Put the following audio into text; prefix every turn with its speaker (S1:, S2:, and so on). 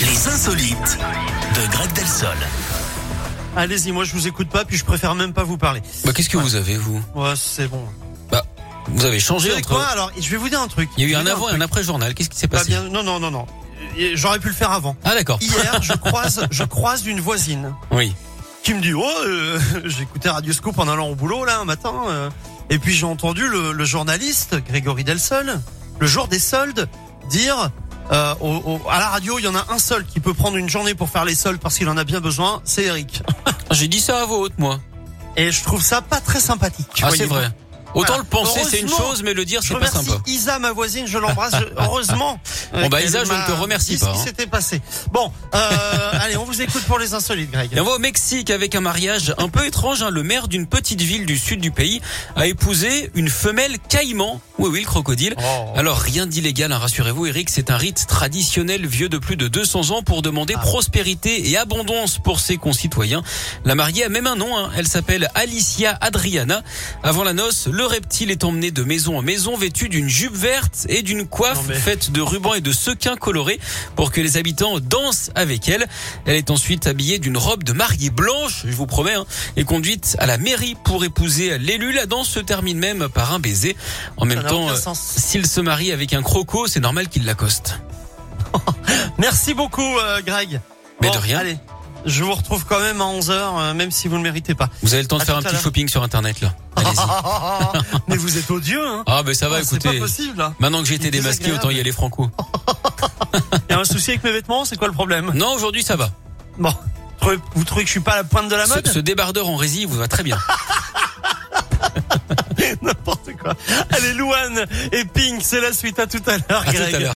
S1: Les insolites de Greg Delsol.
S2: Allez-y, moi je vous écoute pas, puis je préfère même pas vous parler.
S3: Bah, qu'est-ce que vous avez, vous
S2: Ouais, c'est bon.
S3: Vous avez
S2: Vous
S3: changé
S2: savez
S3: entre.
S2: quoi Alors, je vais vous dire un truc.
S3: Il y a eu
S2: Je vais
S3: un
S2: vous dire
S3: avant et un
S2: truc.
S3: après journal. Qu'est-ce qui s'est
S2: Pas
S3: passé
S2: bien. Non, non, non, non. Et J'aurais pu le faire avant.
S3: Ah, d'accord.
S2: Hier, je croise, je croise une voisine
S3: Oui.
S2: qui me dit Oh, euh, j'écoutais Radioscope en allant au boulot là un matin, euh, et puis j'ai entendu le, le journaliste Grégory Delsol, le jour des soldes, dire euh, au- au- à la radio, il y en a un seul qui peut prendre une journée pour faire les soldes parce qu'il en a bien besoin, c'est Eric.
S3: J'ai dit ça à voix haute, moi.
S2: Et je trouve ça pas très sympathique.
S3: Ah, c'est
S2: voyez-vous.
S3: vrai. Autant
S2: Voilà.
S3: le penser, c'est une
S2: Heureusement,
S3: chose, mais le dire,
S2: Je
S3: c'est pas
S2: remercie
S3: sympa.
S2: Isa, ma voisine, je l'embrasse. je- Heureusement.
S3: Bon, bah,
S2: euh,
S3: Isa,
S2: qu'elle
S3: je ne te
S2: m'a
S3: remercie
S2: dit
S3: pas,
S2: Ce
S3: hein.
S2: qui s'était passé. Bon, euh, allez, on vous écoute pour les insolites, Greg.
S3: Et on va au Mexique avec un mariage un peu étrange. hein. Le maire d'une petite ville du sud du pays a épousé une femelle caïman. Oui, oui, le crocodile.
S2: Oh.
S3: Alors rien d'illégal, hein, rassurez-vous Eric, c'est un rite traditionnel vieux de plus de 200 ans pour demander
S2: Ah.
S3: prospérité et abondance pour ses concitoyens. La mariée a même un nom, hein. elle s'appelle Alicia Adriana. Avant la noce, le reptile est emmené de maison en maison vêtu d'une jupe verte et d'une coiffe
S2: Non, mais-
S3: faite de rubans et de sequins colorés pour que les habitants dansent avec elle. Elle est ensuite habillée d'une robe de mariée blanche, je vous promets, hein, et conduite à la mairie pour épouser l'élu. La danse se termine même par un baiser. En
S2: Ça
S3: même
S2: n'a
S3: temps,
S2: aucun
S3: euh,
S2: sens.
S3: s'il se marie avec un croco, c'est normal qu'il l'accoste.
S2: Merci beaucoup, euh, Greg.
S3: Mais
S2: Bon,
S3: de rien.
S2: Allez, je vous retrouve quand même à 11h, même si vous ne le méritez pas.
S3: Vous avez le temps de
S2: À
S3: faire
S2: tout
S3: un
S2: à
S3: petit
S2: l'heure.
S3: shopping sur internet là. Allez-y.
S2: Mais vous êtes odieux, hein.
S3: Ah ben ça va,
S2: Oh, c'est pas
S3: écoutez.
S2: possible, là.
S3: Maintenant que j'ai
S2: Il
S3: été
S2: est
S3: démasqué,
S2: désagréable. Oh.
S3: autant y aller franco.
S2: Il y a un souci avec mes vêtements, c'est quoi le problème
S3: Non, aujourd'hui ça va.
S2: Bon. Trouvez- Vous trouvez que je suis pas à la pointe de la mode
S3: Ce, ce débardeur en rési vous va très bien.
S2: N'importe quoi. Allez, Louane et Pink, c'est la suite à tout à l'heure,
S3: À tout à
S2: Greg.
S3: l'heure.